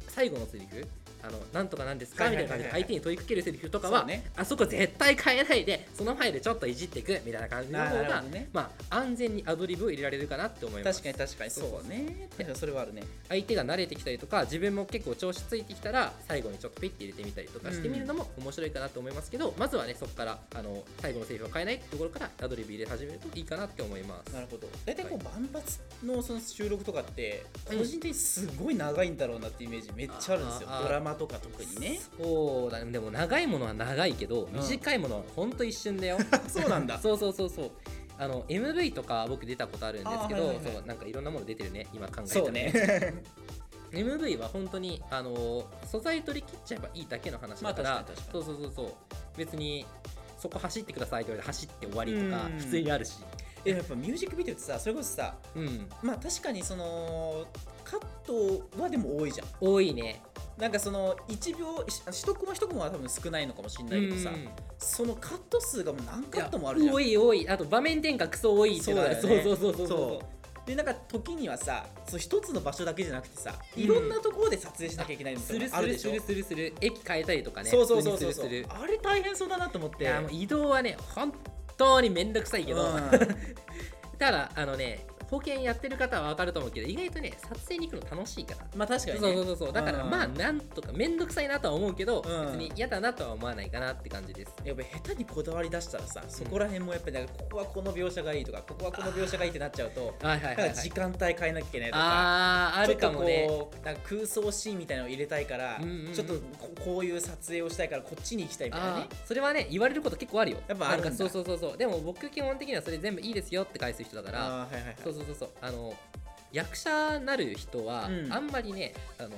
Speaker 2: 最後のセリフあのなんとかなんですか
Speaker 1: はい
Speaker 2: み
Speaker 1: は
Speaker 2: た
Speaker 1: い
Speaker 2: いな
Speaker 1: はいはい
Speaker 2: 感じで相手に問いかけるセリフとかは、
Speaker 1: そうね
Speaker 2: あそこ絶対変えないでその前でちょっといじっていくみたいな感じの方
Speaker 1: なる
Speaker 2: が、
Speaker 1: ほどね
Speaker 2: まあ、安全にアドリブを入れられるかなって思います
Speaker 1: 確かに確かにそうね確かにそれはあるね
Speaker 2: 相手が慣れてきたりとか自分も結構調子ついてきたら最後にちょっとピッて入れてみたりとかしてみるのも面白いかなと思いますけど、まずはねそこからあの最後のセリフを変えないってところからアドリブ入れ始めるといいかなって思います。
Speaker 1: なるほど大体こう万発のその収録とかって個人的にすごい長いんだろうなってイメージめっちゃあるんですよ
Speaker 2: あー
Speaker 1: ドラマとか特にね
Speaker 2: そうだねでも長いものは長いけど
Speaker 1: ん
Speaker 2: 短いものはほんと一瞬だよ
Speaker 1: そうなんだ
Speaker 2: そうそうそうそうあの MV とか僕出たことあるんですけど、
Speaker 1: あはいはいはい
Speaker 2: そうなんかいろんなもの出てるね今考えたら
Speaker 1: そうね
Speaker 2: MV は本当にあの素材取り切っちゃえばいいだけの話だから,、
Speaker 1: まあ確かに確かに
Speaker 2: そうそうそうそう別にそこ走ってくださいって言われて走って終わりとか
Speaker 1: うん
Speaker 2: 普通にあるし
Speaker 1: えやっぱミュージックビデオってさそれこそさ
Speaker 2: うん
Speaker 1: まあ確かにそのカットはでも多いじゃん
Speaker 2: 多いね
Speaker 1: なんかその1秒し一コマ一コマは多分少ないのかもしれないけどさ
Speaker 2: うん
Speaker 1: そのカット数がもう何カットもあるじゃん
Speaker 2: 多い多いあと場面転換クソ多いっていうのが
Speaker 1: そうだよね
Speaker 2: そうそうそうそう
Speaker 1: そ
Speaker 2: そう
Speaker 1: でなんか時にはさそう一つの場所だけじゃなくてさ
Speaker 2: うん
Speaker 1: いろんなところで撮影しなきゃいけないの
Speaker 2: う
Speaker 1: と
Speaker 2: する
Speaker 1: かあ
Speaker 2: す
Speaker 1: る
Speaker 2: る
Speaker 1: でし
Speaker 2: す
Speaker 1: ょ
Speaker 2: るするする駅変えたりとかね
Speaker 1: そうそうそう
Speaker 2: 普通
Speaker 1: そ
Speaker 2: に
Speaker 1: うそ
Speaker 2: す
Speaker 1: う
Speaker 2: るする
Speaker 1: あれ大変そうだなと思っ
Speaker 2: い
Speaker 1: て
Speaker 2: やもう移動はね本当にめんどくさいけど、
Speaker 1: うん
Speaker 2: ただあのね保険やってる方は分かると思うけど意外とね撮影に行くの楽しいから。
Speaker 1: まあ確か
Speaker 2: そう
Speaker 1: に
Speaker 2: そ
Speaker 1: ね
Speaker 2: うそうそうだから
Speaker 1: うん
Speaker 2: まあなんとかめんどくさいなとは思うけど、
Speaker 1: うん
Speaker 2: 別に嫌だなとは思わないかなって感じです
Speaker 1: やっぱ下手にこだわり出したらさそこら辺もやっぱりなんかここはこの描写がいいとかここはこの描写がいいってなっちゃうと
Speaker 2: はいはいは、
Speaker 1: ないん
Speaker 2: は
Speaker 1: か時
Speaker 2: い、
Speaker 1: 間帯変えなきゃいけないとか
Speaker 2: あーあるかも
Speaker 1: ち
Speaker 2: ね
Speaker 1: ょっとこうなんか空想シーンみたいなのを入れたいから、
Speaker 2: うんうんうん
Speaker 1: ちょっとここういう撮影をしたいからこっちに行きたいみたいな
Speaker 2: あ
Speaker 1: ね
Speaker 2: ーそれはね言われること結構あるよ
Speaker 1: やっぱあるんだ
Speaker 2: なんかそうそうそうそうでも僕基本的にはそれ全部いいですよって返す人だから
Speaker 1: あーはいはいはい
Speaker 2: そうそうそうそうあの役者なる人は、
Speaker 1: うん
Speaker 2: あんまりねあの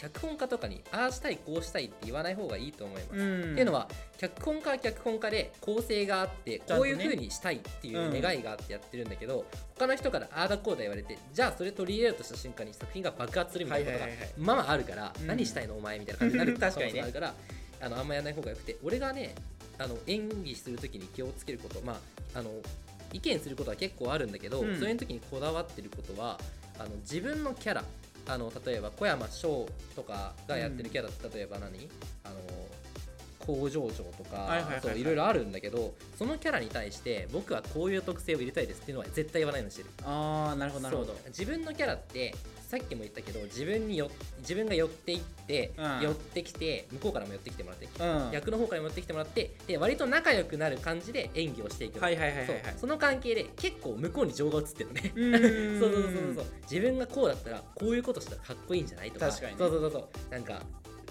Speaker 2: 脚本家とかにああしたいこうしたいって言わない方がいいと思います。
Speaker 1: うん
Speaker 2: っていうのは脚本家は脚本家で構成があって
Speaker 1: ゃんとね
Speaker 2: こういう風にしたいっていう願いがあってやってるんだけど、他の人からああだこうだ言われてじゃあそれ取り入れようとした瞬間に作品が爆発するみたいなことが
Speaker 1: はいはいはいはい
Speaker 2: まあまああるから、
Speaker 1: うん
Speaker 2: 何したいのお前みたいな感じになる
Speaker 1: 確かにね
Speaker 2: 可能性があるからあのあんまやらない方がよくて俺がねあの演技する時に気をつけることまああの意見することは結構あるんだけど、
Speaker 1: うん
Speaker 2: そういう時にこだわってることはあの自分のキャラあの例えば小山翔とかがやってるキャラ、例えば何あの工場長とか、
Speaker 1: はいはいはいはい
Speaker 2: そういろいろあるんだけどそのキャラに対して僕はこういう特性を入れたいですっていうのは絶対言わないようにしてる
Speaker 1: あーなるほどなるほど
Speaker 2: そう自分のキャラってさっきも言ったけど自分によ自分が寄っていって、
Speaker 1: うん
Speaker 2: 寄ってきて向こうからも寄ってきてもらって、
Speaker 1: うん
Speaker 2: 役の方からも寄ってきてもらってで割と仲良くなる感じで演技をしていくの
Speaker 1: はいはいはいはいはい
Speaker 2: そうその関係で結構向こうに情が映ってるのね
Speaker 1: うー ん
Speaker 2: そうそうそうそうそう自分がこうだったらこういうことしたらかっこいいんじゃないとか
Speaker 1: 確かにね
Speaker 2: そうそうそうそうなんか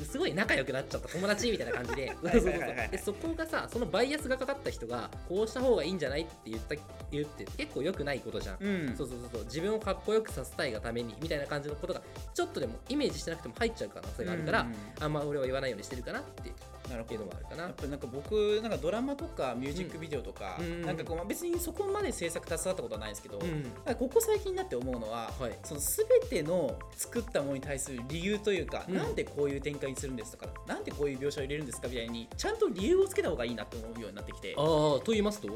Speaker 2: すごい仲良くなっちゃった友達みたいな感じで
Speaker 1: はい
Speaker 2: そうそうそ
Speaker 1: はいはいうはい
Speaker 2: でそこがさそのバイアスがかかった人がこうした方がいいんじゃないって言った言って結構良くないことじゃん、
Speaker 1: うん
Speaker 2: そうそうそうそう自分をかっこよくさせたいがためにみたいな感じのことがちょっとでもイメージしてなくても入っちゃう可能性があるから、
Speaker 1: うん
Speaker 2: あんま俺は言わないようにしてるかなってい
Speaker 1: なるほ
Speaker 2: うの
Speaker 1: ど
Speaker 2: もあるか
Speaker 1: や
Speaker 2: な
Speaker 1: っぱりなんか僕なんかドラマとかミュージックビデオとか、
Speaker 2: うん
Speaker 1: なんかこうまあ別にそこまで制作携わったことはないんですけど、
Speaker 2: うん
Speaker 1: なんかここ最近になって思うのは、
Speaker 2: はい
Speaker 1: その全ての作ったものに対する理由というか、
Speaker 2: うん
Speaker 1: なんでこういう展開にするんですとかなんでこういう描写を入れるんですかみたいにちゃんと理由をつけた方がいいなって思うようになってきて
Speaker 2: ああと言いますと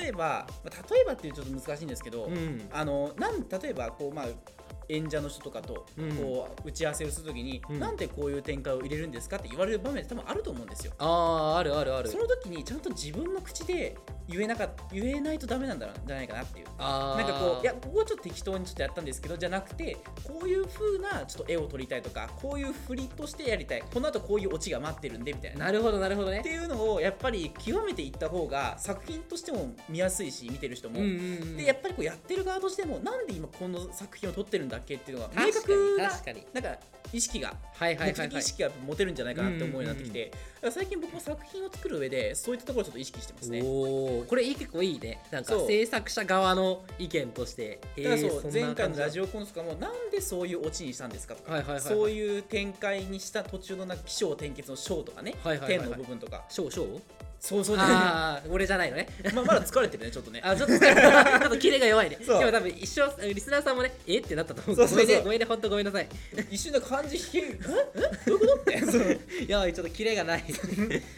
Speaker 1: 例えばまあ例えばっていうとちょっと難しいんですけど、
Speaker 2: ん
Speaker 1: あのなん例えばこう、まあ、演者の人とかと
Speaker 2: うん
Speaker 1: こう打ち合わせをするときに、
Speaker 2: うん
Speaker 1: なんでこういう展開を入れるんですかって言われる場面って多分あると思うんですよ。
Speaker 2: あああるあるある
Speaker 1: その時にちゃんと自分の口で言えなかっ言えないとダメなんだろうじゃないかなっていう。
Speaker 2: あ
Speaker 1: な
Speaker 2: ー
Speaker 1: んかこういやここはちょっと適当にちょっとやったんですけどじゃなくてこういう風なちょっと絵を撮りたいとかこういう振りとしてやりたいこの後こういうオチが待ってるんでみたいな。
Speaker 2: なるほどなるほど
Speaker 1: っ
Speaker 2: ね
Speaker 1: ていうのをやっぱり極めていった方が作品としても見やすいし見てる人も、
Speaker 2: ん
Speaker 1: でやっぱりこうやってる側としてもなんで今この作品を撮ってるんだっけっていうのが明
Speaker 2: 確かに
Speaker 1: 確な
Speaker 2: 確かに
Speaker 1: なんか意識が
Speaker 2: はいはい
Speaker 1: 目
Speaker 2: はい、
Speaker 1: 的
Speaker 2: は
Speaker 1: 意
Speaker 2: い、
Speaker 1: 識が持てるんじゃないかなって思うようになってきて、だから最近僕も作品を作る上でそういったところをちょっと意識してますね。
Speaker 2: おおこれいい結構いいねなんか
Speaker 1: そう
Speaker 2: 制作者側の意見として
Speaker 1: だからそう、前回
Speaker 2: 感
Speaker 1: の
Speaker 2: じ
Speaker 1: ラジオコンスとかもなんでそういうオチにしたんですかとか、
Speaker 2: はいはいはい
Speaker 1: そう
Speaker 2: う
Speaker 1: いう展開にした途中のなんか起承転結の章とかね、
Speaker 2: はいはいはいはい
Speaker 1: 点の部分とか
Speaker 2: 少々
Speaker 1: そうそうまあ
Speaker 2: ああ俺じゃないのね
Speaker 1: まだ疲れてるねちょっとね
Speaker 2: あちょっとちょっとキレが弱いねで
Speaker 1: そう
Speaker 2: も多分一生リスナーさんもねえってなったと思う
Speaker 1: そうそ
Speaker 2: ご
Speaker 1: うそう
Speaker 2: めんねごめんねほんとごめんなさい
Speaker 1: 一瞬の漢字引けるええどういうこと ってそう
Speaker 2: いやちょっとキレがない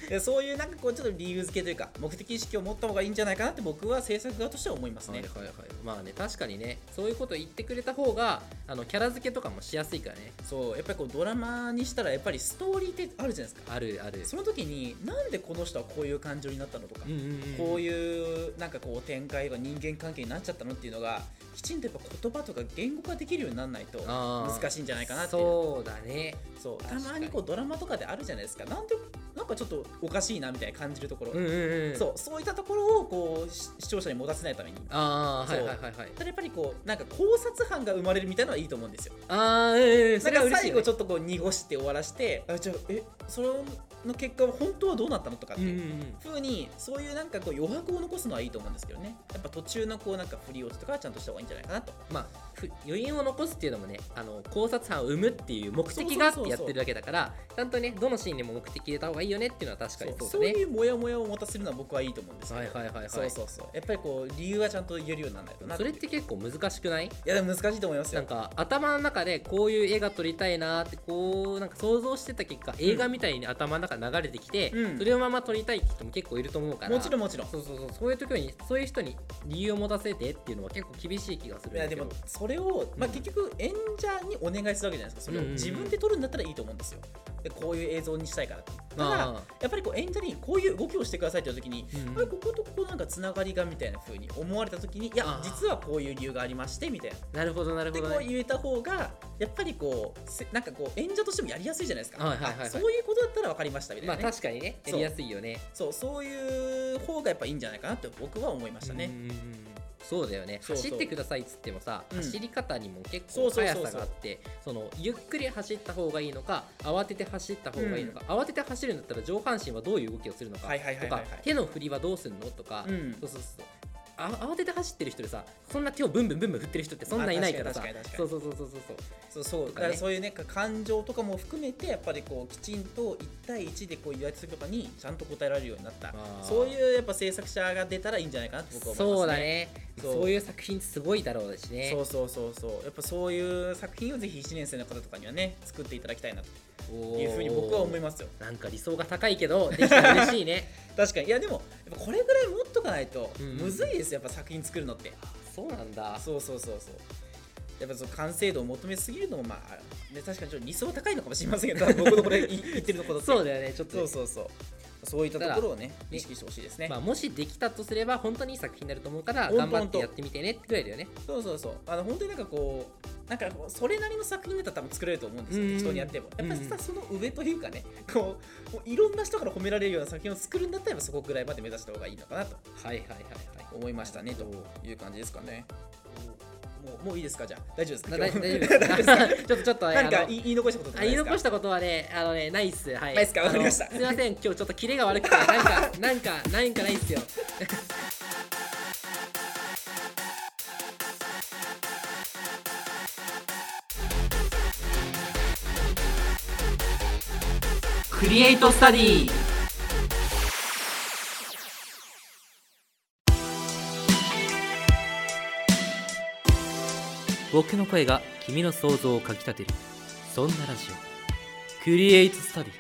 Speaker 1: でそういうなんかこうちょっと理由付けというか目的意識を持った方がいいんじゃないかなって僕は制作側としては思います
Speaker 2: はい
Speaker 1: ね
Speaker 2: はいはいまあね確かにねそういうこと言ってくれた方があのキャラ付けとかもしやすいからね
Speaker 1: そうやっぱりこうドラマにしたらやっぱりストーリーってあるじゃないですか
Speaker 2: あるある
Speaker 1: その時になんでこの人はこういう感情になったのとか、
Speaker 2: うんうんうん
Speaker 1: こういうなんかこう展開が人間関係になっちゃったのっていうのがきちんとやっぱ言葉とか言語化できるようにならないと
Speaker 2: あー
Speaker 1: 難しいんじゃないかなっていう
Speaker 2: そうだね
Speaker 1: そうた
Speaker 2: 確かに
Speaker 1: まにこうドラマとかであるじゃないですかなんでなんかちょっとおかしいなみたいな感じるところ、
Speaker 2: うんうんうん
Speaker 1: そうそういったところをこうし視聴者に持たせないために
Speaker 2: ああ
Speaker 1: そ
Speaker 2: は
Speaker 1: う
Speaker 2: いはいはいはい
Speaker 1: ただやっぱりこうなんか考察班が生まれるみたいなのはいいと思うんですよ
Speaker 2: ああうんうんそ
Speaker 1: だ
Speaker 2: れ
Speaker 1: か
Speaker 2: は嬉
Speaker 1: ら
Speaker 2: しい
Speaker 1: 最
Speaker 2: よ
Speaker 1: 後
Speaker 2: ね
Speaker 1: ちょっとこう濁して終わらしてあじゃあえその結果は本当はどうなったのとかって
Speaker 2: うん
Speaker 1: いううん
Speaker 2: うん
Speaker 1: ふうにそういうなんかこう余白を残すのはいいと思うんですけどねやっぱ途中のこうなんか振り落ちとかはちゃんとした方がいいんじゃないかなと
Speaker 2: まあふ余韻を残すっていうのもねあの考察班を生むっていう目的があっ
Speaker 1: そうそうそうそう
Speaker 2: てやってるだけだからちゃんとねどのシーンにも目的入れた方がいいよねっていうのは確かに
Speaker 1: そう
Speaker 2: そう
Speaker 1: そ
Speaker 2: だ
Speaker 1: う
Speaker 2: ね
Speaker 1: いうモヤモヤを持たせるのは僕はいいと思うんですけど
Speaker 2: はいはいはいはい
Speaker 1: そうそうそうやっぱりこう理由はちゃんと言えるようにならないとな
Speaker 2: それっ
Speaker 1: い
Speaker 2: て結構難しくない
Speaker 1: やでも難しいと思います
Speaker 2: なん
Speaker 1: よ
Speaker 2: か頭の中でこういう絵が撮りたいなーってこうなんか想像してた結果映画みたいに頭の中に流れてきて、
Speaker 1: うん
Speaker 2: それをまま撮りたいって人も結構いると思うから
Speaker 1: もちろんもちろん
Speaker 2: そうそうそうそういう時にそういう人に理由を持たせてっていうのは結構厳しい気がするん
Speaker 1: い
Speaker 2: だ
Speaker 1: や
Speaker 2: け
Speaker 1: で
Speaker 2: ど
Speaker 1: もそれを、まあ、
Speaker 2: うん
Speaker 1: 結局演者にお願いするわけじゃないですかそれを
Speaker 2: うんうんうん
Speaker 1: 自分で撮るんだったらいいと思うんですよでこういう映像にしたいからただ
Speaker 2: ああ
Speaker 1: やっぱりこう演者にこういう動きをしてくださいっていう時に、
Speaker 2: うんうん
Speaker 1: あれこことここなんかつながりがみたいな風に思われた時にいや
Speaker 2: あー
Speaker 1: 実はこういう理由がありましてみたいな
Speaker 2: なるほどなる
Speaker 1: で
Speaker 2: ほ
Speaker 1: こ
Speaker 2: ど、
Speaker 1: う
Speaker 2: ね、
Speaker 1: 言えた方がやっぱりこうせなんかこう演者としてもやりやすいじゃないですか、
Speaker 2: はいはいはいはい
Speaker 1: あそういうことだったら分かりましたみたい
Speaker 2: ま
Speaker 1: な、
Speaker 2: あ
Speaker 1: ね
Speaker 2: 確かにねやりやすいよね
Speaker 1: そうそういう方がやっぱいいんじゃないかなって僕は思いました
Speaker 2: うん
Speaker 1: ね
Speaker 2: う、んうんそうだよね
Speaker 1: そうそう
Speaker 2: 走ってくださいっつってもさ、
Speaker 1: うん
Speaker 2: 走り方にも結
Speaker 1: そう
Speaker 2: 構
Speaker 1: そうそう
Speaker 2: 速
Speaker 1: そう
Speaker 2: さがあってそのゆっくり走った方がいいのか慌てて走った方がいいのか、慌てて走るんだったら上半身はどういう動きをするのか
Speaker 1: はいはいはい
Speaker 2: と
Speaker 1: はいは
Speaker 2: か
Speaker 1: い
Speaker 2: 手の振りはどうするのとか、
Speaker 1: うん
Speaker 2: そうそうそうあ慌てて走ってる人でさそんな手をブンブンブンブン振ってる人ってそんないないからさ
Speaker 1: まあ確かに確か
Speaker 2: そう
Speaker 1: に
Speaker 2: そうそうそうそう
Speaker 1: そうそう
Speaker 2: と
Speaker 1: だ
Speaker 2: か
Speaker 1: か
Speaker 2: ね
Speaker 1: らそういうね感情とかも含めてやっぱりこうきちんと1対1でこう言われた時とかにちゃんと答えられるようになった
Speaker 2: あー
Speaker 1: そういうやっぱ制作者が出たらいいんじゃないかなって僕は思いますね
Speaker 2: そうだね
Speaker 1: そ
Speaker 2: そうういう作品すごいだろうしね
Speaker 1: そうそうそうそうやっぱそういう作品をぜひ1年生の方とかにはね作っていただきたいなと
Speaker 2: おー
Speaker 1: いうふうに僕は思いますよ
Speaker 2: なんか理想が高いけどできたら嬉しいね
Speaker 1: 確かにいやでもやっぱこれぐらい持っとかないと
Speaker 2: うん
Speaker 1: むずいですよやっぱ作品作るのって、
Speaker 2: そうなんだ
Speaker 1: そうそうそうそうやっぱその完成度を求めすぎるのもまあ、ね、確かにちょっと理想は高いのかもしれませんけど僕のこれい言ってるのことって
Speaker 2: そうだよねちょっと
Speaker 1: そうそうそうそういったところをね
Speaker 2: ら
Speaker 1: 意識してほしいですね、
Speaker 2: まあ、もしできたとすれば本当にいい作品になると思うから
Speaker 1: ほんと
Speaker 2: 頑張
Speaker 1: ほ
Speaker 2: っ
Speaker 1: ん
Speaker 2: て
Speaker 1: と
Speaker 2: やってみてねってくらいだよね
Speaker 1: そうそうそうあの本当になんかこうなんかこうそれなりの作品だったら多分作れると思うんですよ、
Speaker 2: うん
Speaker 1: 適当にやってもやっぱり
Speaker 2: うんう
Speaker 1: さ
Speaker 2: ん
Speaker 1: その上というかねこうもういろんな人から褒められるような作品を作るんだったらやっぱそこぐらいまで目指した方がいいのかなと
Speaker 2: はいはいはいはい
Speaker 1: 思いましたねという感じですかねもうもういいですかじゃあ 大丈夫ですか
Speaker 2: な大
Speaker 1: 今日
Speaker 2: 大丈夫ですか ちょっとちょっと
Speaker 1: なん
Speaker 2: あ
Speaker 1: か
Speaker 2: の
Speaker 1: 言い言い残したこととか
Speaker 2: あ
Speaker 1: ない
Speaker 2: 言い
Speaker 1: ですか
Speaker 2: 残したことはね、あのね、ないっす。はい。
Speaker 1: ないっすか
Speaker 2: あの
Speaker 1: わかりました
Speaker 2: すみません、今日ちょっとキレが悪くて、なん か、なんか、なんかないっすよ。
Speaker 3: クリエイトスタディ
Speaker 4: 僕の声が君の想像をかきたてるそんなラジオクリエイトスタディ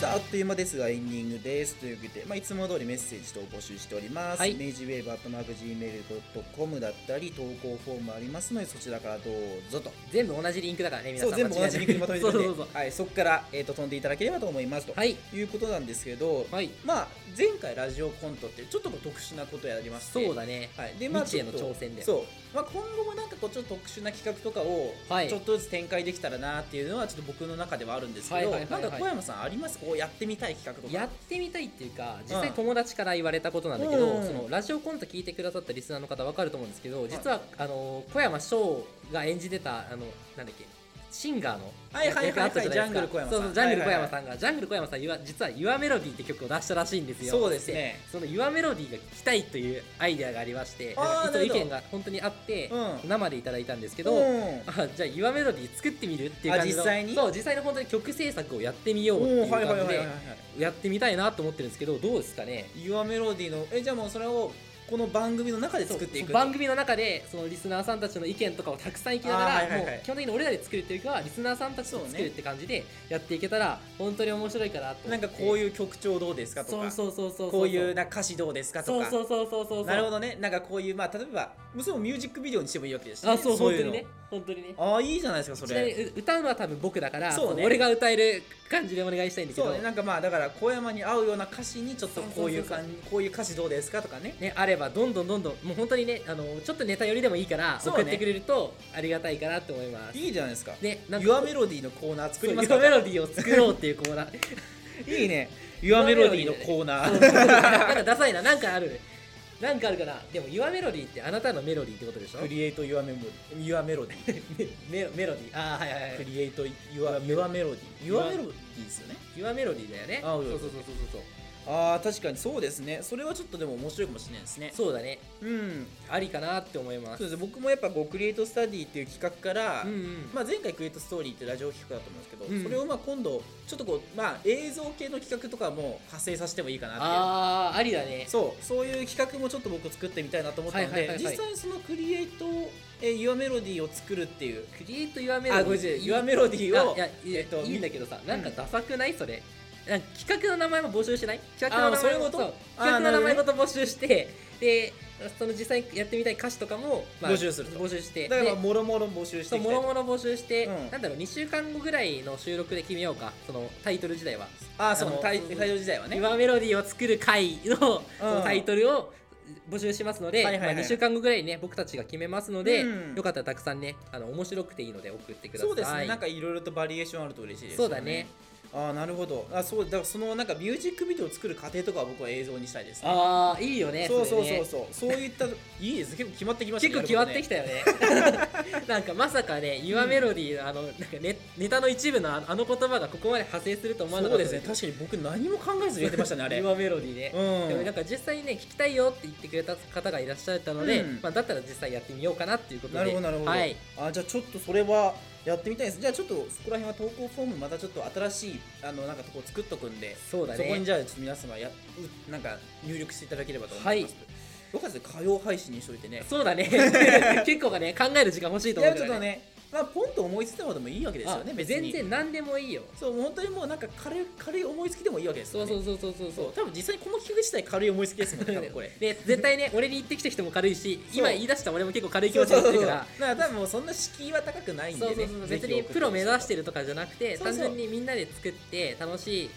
Speaker 1: さああっという間ですがエンディングですというわけで、まあ、いつも通りメッセージ等募集しております、
Speaker 2: はい
Speaker 1: 明治ウェーブアットマーク Gmail.com だったり投稿フォームありますのでそちらからどうぞと
Speaker 2: 全部同じリンクだからね、皆
Speaker 1: そ
Speaker 2: さん。
Speaker 1: う全部同じリンクにまとめてるんで
Speaker 2: そうそうそう。
Speaker 1: はい、そこから、えー、と飛んでいただければと思いますと、、
Speaker 2: はいい。
Speaker 1: うことなんですけど、
Speaker 2: はい。
Speaker 1: まあ、前回ラジオコントってちょっとこう特殊なことやりまして
Speaker 2: そうだね。
Speaker 1: はい、でまあ
Speaker 2: 未知へ
Speaker 1: ちょっ
Speaker 2: の
Speaker 1: と
Speaker 2: 挑戦だよ
Speaker 1: そう、まあ、今後もなんかこうちょっと特殊な企画とかを
Speaker 2: はい
Speaker 1: ちょっとずつ展開できたらなっていうのはちょっと僕の中ではあるんですけ
Speaker 2: はい
Speaker 1: ど
Speaker 2: はい
Speaker 1: な
Speaker 2: は
Speaker 1: ん
Speaker 2: いはい
Speaker 1: か小山さんありますこうやってみたい企画とか
Speaker 2: やってみたいっていうか実
Speaker 1: う
Speaker 2: 際
Speaker 1: ん
Speaker 2: 友達から言われたことなんだけど、
Speaker 1: うん
Speaker 2: そのラジオコント聞いてくださったリスナーの方わかると思うんですけど実は、あの小山翔が演じてたあのなんだっけシンガーの
Speaker 1: はいはいはいはい
Speaker 2: 役あったじゃないですか
Speaker 1: ジャングル小山さん
Speaker 2: そうそうジャングル小
Speaker 1: はいはいは
Speaker 2: 山
Speaker 1: い
Speaker 2: さんがジャングル小山さんゆわ実は「Your Melody」って曲を出したらしいんですよ
Speaker 1: そうですね
Speaker 2: その「Your Melody」が聞きたいというアイデアがありまして
Speaker 1: あー
Speaker 2: そういう意
Speaker 1: なるほど
Speaker 2: 見が本当にあって、
Speaker 1: うん
Speaker 2: 生でいただいたんですけ
Speaker 1: け
Speaker 2: ど、
Speaker 1: うん
Speaker 2: あじゃあ「Your Melody」作ってみるっていう感じの
Speaker 1: あ実際に
Speaker 2: そう実際に本当に曲制作をやってみようって
Speaker 1: お
Speaker 2: い
Speaker 1: ー
Speaker 2: う
Speaker 1: は
Speaker 2: 感
Speaker 1: い
Speaker 2: じ
Speaker 1: はいはいはい
Speaker 2: で
Speaker 1: はい
Speaker 2: やってみたいなと思ってるんですけどどうですかね
Speaker 1: 「Your Melody の」えじゃあもうそれをこの番組の中で作ってい
Speaker 2: そ
Speaker 1: く
Speaker 2: う
Speaker 1: と
Speaker 2: 番組の中でそのリスナーさんたちの意見とかをたくさんいきながら、
Speaker 1: あーはいはいは
Speaker 2: も
Speaker 1: い
Speaker 2: う基本的に俺らで作るっていうよりかはリスナーさんたちと作るって感じでやっていけたら本当に面白いかなと思
Speaker 1: な
Speaker 2: っ
Speaker 1: ん
Speaker 2: て
Speaker 1: かこう
Speaker 2: う
Speaker 1: いう曲調どうですかと
Speaker 2: そ
Speaker 1: か
Speaker 2: うそうそうそうそう
Speaker 1: こういうなんか歌詞どうですかと
Speaker 2: そう
Speaker 1: か
Speaker 2: そうそうそうそうそう
Speaker 1: なるほどねなんかこういうまあ例えばもうそれもミュージックビデオにしてもいいわけですし、
Speaker 2: あそう
Speaker 1: そう
Speaker 2: 本
Speaker 1: い
Speaker 2: 当
Speaker 1: う
Speaker 2: に
Speaker 1: の
Speaker 2: ね本当にね
Speaker 1: ああいいじゃないですかそ
Speaker 2: ちなみに
Speaker 1: れ
Speaker 2: う歌うのは多分僕だから
Speaker 1: そうね
Speaker 2: その俺が歌える感じでお願いしたいんだけ
Speaker 1: そ
Speaker 2: ど
Speaker 1: うねなんかまあだから小山に合うような歌詞にちょっとこういう感じこういう歌詞どうですかとかね
Speaker 2: ね、あればどんどんどんどんもう本当にねあのちょっとネタ寄りでもいいから
Speaker 1: そうね
Speaker 2: 送ってくれるとありがたいかなと思います。
Speaker 1: いいじゃないですか
Speaker 2: ね、なんか
Speaker 1: ユアメロディのコーナー作ります
Speaker 2: そう
Speaker 1: か
Speaker 2: ユアメロディーを作ろうっていうコーナ ー
Speaker 1: いいねユアメロディのコーナ
Speaker 2: そう
Speaker 1: ー
Speaker 2: なんかダサいななんかあるなんかあるかなでも「ユアメロディーってあなたのメロディーってことでしょ
Speaker 1: クリエイトユアメモリユアメロディ
Speaker 2: メメロディーああはいはいは
Speaker 1: ク
Speaker 2: い
Speaker 1: リエイトユアユアメロディユアメロディですよね
Speaker 2: ユアメロディーだよね
Speaker 1: あ
Speaker 2: そ
Speaker 1: そうう
Speaker 2: そ
Speaker 1: そうう
Speaker 2: そ
Speaker 1: そうう
Speaker 2: そうそう
Speaker 1: ああ確かにそうですねそれはちょっとでも面白いかもしれないですね
Speaker 2: そうだね
Speaker 1: うん
Speaker 2: ありかなって思います
Speaker 1: そうです僕もやっぱこうクリエイトスタディっていう企画から、
Speaker 2: うんうん
Speaker 1: まあ、前回クリエイトストーリーってラジオ企画だと思うんですけど、
Speaker 2: うん
Speaker 1: それをまあ今度ちょっとこう、まあ、映像系の企画とかも発生させてもいいかなっていう
Speaker 2: ああありだね
Speaker 1: そうそういう企画もちょっと僕作ってみたいなと思ったので、
Speaker 2: はいはいはいはい
Speaker 1: 実際にそのクリエイト、えー、ユアメロディを作るっていう
Speaker 2: クリエイト・ユアメロディ
Speaker 1: あごめんなさいユア
Speaker 2: メ
Speaker 1: メロディを
Speaker 2: いやいや
Speaker 1: えっと
Speaker 2: いいんだけどさなんかダサくないそれなんか企画の名前も募集しない企画の名前
Speaker 1: あー
Speaker 2: も
Speaker 1: そういうこと
Speaker 2: そう企
Speaker 1: あ
Speaker 2: 画
Speaker 1: ー
Speaker 2: の名前
Speaker 1: な
Speaker 2: ご
Speaker 1: る
Speaker 2: と募集してでその実際にやってみたい歌詞とかも、
Speaker 1: 募集すると
Speaker 2: 募集して
Speaker 1: だからまあ
Speaker 2: で
Speaker 1: もろもろ募集し
Speaker 2: そ
Speaker 1: て
Speaker 2: う
Speaker 1: いき
Speaker 2: も
Speaker 1: たい
Speaker 2: ろもろ募集して、
Speaker 1: うん
Speaker 2: なんだろう2週間後ぐらいの収録で決めようかそのタイトル自体は
Speaker 1: ああそ
Speaker 2: あ
Speaker 1: う
Speaker 2: の
Speaker 1: タイタイトル時代
Speaker 2: 「
Speaker 1: はね
Speaker 2: ユアメロディーを作る会の」そのタイトルを募集しますので、
Speaker 1: はいはいはい
Speaker 2: まあ、2週間後ぐらいにね僕たちが決めますので、
Speaker 1: うん
Speaker 2: よかったらたくさんねあの面白くていいので送ってください
Speaker 1: そうですね、なんかいろいろとバリエーションあると嬉しいです
Speaker 2: そ
Speaker 1: よ
Speaker 2: うだね
Speaker 1: ああなるほどあそうだからそのなんかミュージックビデオを作る過程とかは僕は映像にしたいですね
Speaker 2: ああいいよね
Speaker 1: そうそう
Speaker 2: れね
Speaker 1: そうそう、そういった、いいです、結構決まってきました
Speaker 2: 結構
Speaker 1: ね。
Speaker 2: 決まってき
Speaker 1: た。
Speaker 2: たよねなんかまさかね「 ユアメロディーのあのなんかネネタの一部のあのあの言葉がここまで派生すると思わなか
Speaker 1: そ
Speaker 2: っ
Speaker 1: う
Speaker 2: た
Speaker 1: ですね、確かに僕何も考えずに入れてましたね、あ れ。
Speaker 2: ユアメロディーね、
Speaker 1: うん
Speaker 2: でもなんか実際にね聞きたいよって言ってくれた方がいらっしゃったので、
Speaker 1: うん
Speaker 2: まあ、だったら実際やってみようかなっていうことで
Speaker 1: なるほど、なるほど。
Speaker 2: はい、
Speaker 1: あ、じゃあ、ちょっとそれはやってみたいです。じゃあ、ちょっとそこら辺は投稿フォーム、またちょっと新しい、あの、なんかとこ作っとくんで。
Speaker 2: そうだ
Speaker 1: そこに
Speaker 2: ね
Speaker 1: じゃあ、ちょっと皆様や、うなんか入力していただければと思います。よかったですね、火曜配信にしといてね。
Speaker 2: そうだね結構がね考える時間欲しいと
Speaker 1: い
Speaker 2: 思う
Speaker 1: や、
Speaker 2: か
Speaker 1: ちょっ
Speaker 2: ら
Speaker 1: と
Speaker 2: ね
Speaker 1: ね。まあ、ポンと思いついたのでもいいわけですよね
Speaker 2: あ
Speaker 1: 別に
Speaker 2: 全然何でもいいよ
Speaker 1: そう本当にもうなんか軽い軽い思いつきでもいいわけですよ、
Speaker 2: そう
Speaker 1: ね、
Speaker 2: そうそうそうそう
Speaker 1: そう多分実際にこの企画自体軽い思いつきですもんね多分これ
Speaker 2: で絶対ね俺に言ってきた人も軽いし
Speaker 1: そう
Speaker 2: 今言い出した俺も結構軽い気
Speaker 1: そう
Speaker 2: 持ち
Speaker 1: そ
Speaker 2: で
Speaker 1: う
Speaker 2: 言ってる
Speaker 1: そうだ
Speaker 2: か
Speaker 1: からら多分もうそんな敷居は高くないんで
Speaker 2: そうそ
Speaker 1: ね
Speaker 2: うそう
Speaker 1: ぜひ
Speaker 2: 別にプロ目指して
Speaker 1: る
Speaker 2: るとかじゃなくて
Speaker 1: そうそう
Speaker 2: 単純にみんなで作って楽しいき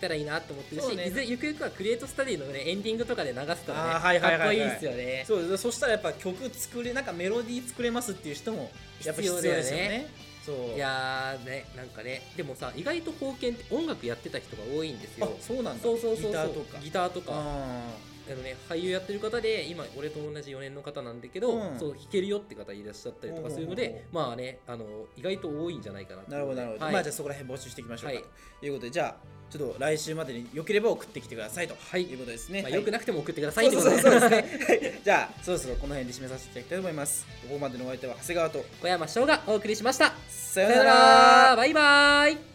Speaker 2: たらいいなと思ってる
Speaker 1: そう
Speaker 2: し、
Speaker 1: ね
Speaker 2: いずれゆくゆくはクリエイトスタディの、ね、エンディングとかで流すからね
Speaker 1: あーはいはいはいはい
Speaker 2: かっこいいですよね
Speaker 1: そうですそしたらやっぱ曲作れなんかメロディー作れますっていう人もやっぱ必要ですよね
Speaker 2: 必要だよね
Speaker 1: そう
Speaker 2: いやーねなんかねでもさ意外と貢献って音楽やってた人が多いんです
Speaker 1: あ
Speaker 2: よ
Speaker 1: そうなんだ
Speaker 2: そうそうそうそう
Speaker 1: ギターとか
Speaker 2: ギターとか
Speaker 1: あ
Speaker 2: あのね、俳優やってる方で今俺と同じ4年の方なんだけど、
Speaker 1: うん
Speaker 2: そう弾けるよって方いらっしゃったりとかするので、
Speaker 1: おうおうおう
Speaker 2: まあねあの意外と多いんじゃないかな
Speaker 1: ーなるほどなるほど、
Speaker 2: はい、
Speaker 1: まあじゃあそこら辺募集していきましょうか、
Speaker 2: はい
Speaker 1: ということでじゃあちょっと来週までに良ければ送ってきてくださいと、
Speaker 2: はい
Speaker 1: いうことですね、
Speaker 2: まあ
Speaker 1: はい
Speaker 2: 良くなくても送ってください
Speaker 1: そ
Speaker 2: っ
Speaker 1: う
Speaker 2: て
Speaker 1: そう
Speaker 2: こと
Speaker 1: そう
Speaker 2: で
Speaker 1: そうです ねはいじゃあそろそろこの辺で締めさせていただきたいと思いますここまでのお相手は長谷川と
Speaker 2: 小山翔がお送りしました
Speaker 1: さ
Speaker 2: さ
Speaker 1: よ
Speaker 2: よ
Speaker 1: な
Speaker 2: なら
Speaker 1: ら
Speaker 2: バイバイ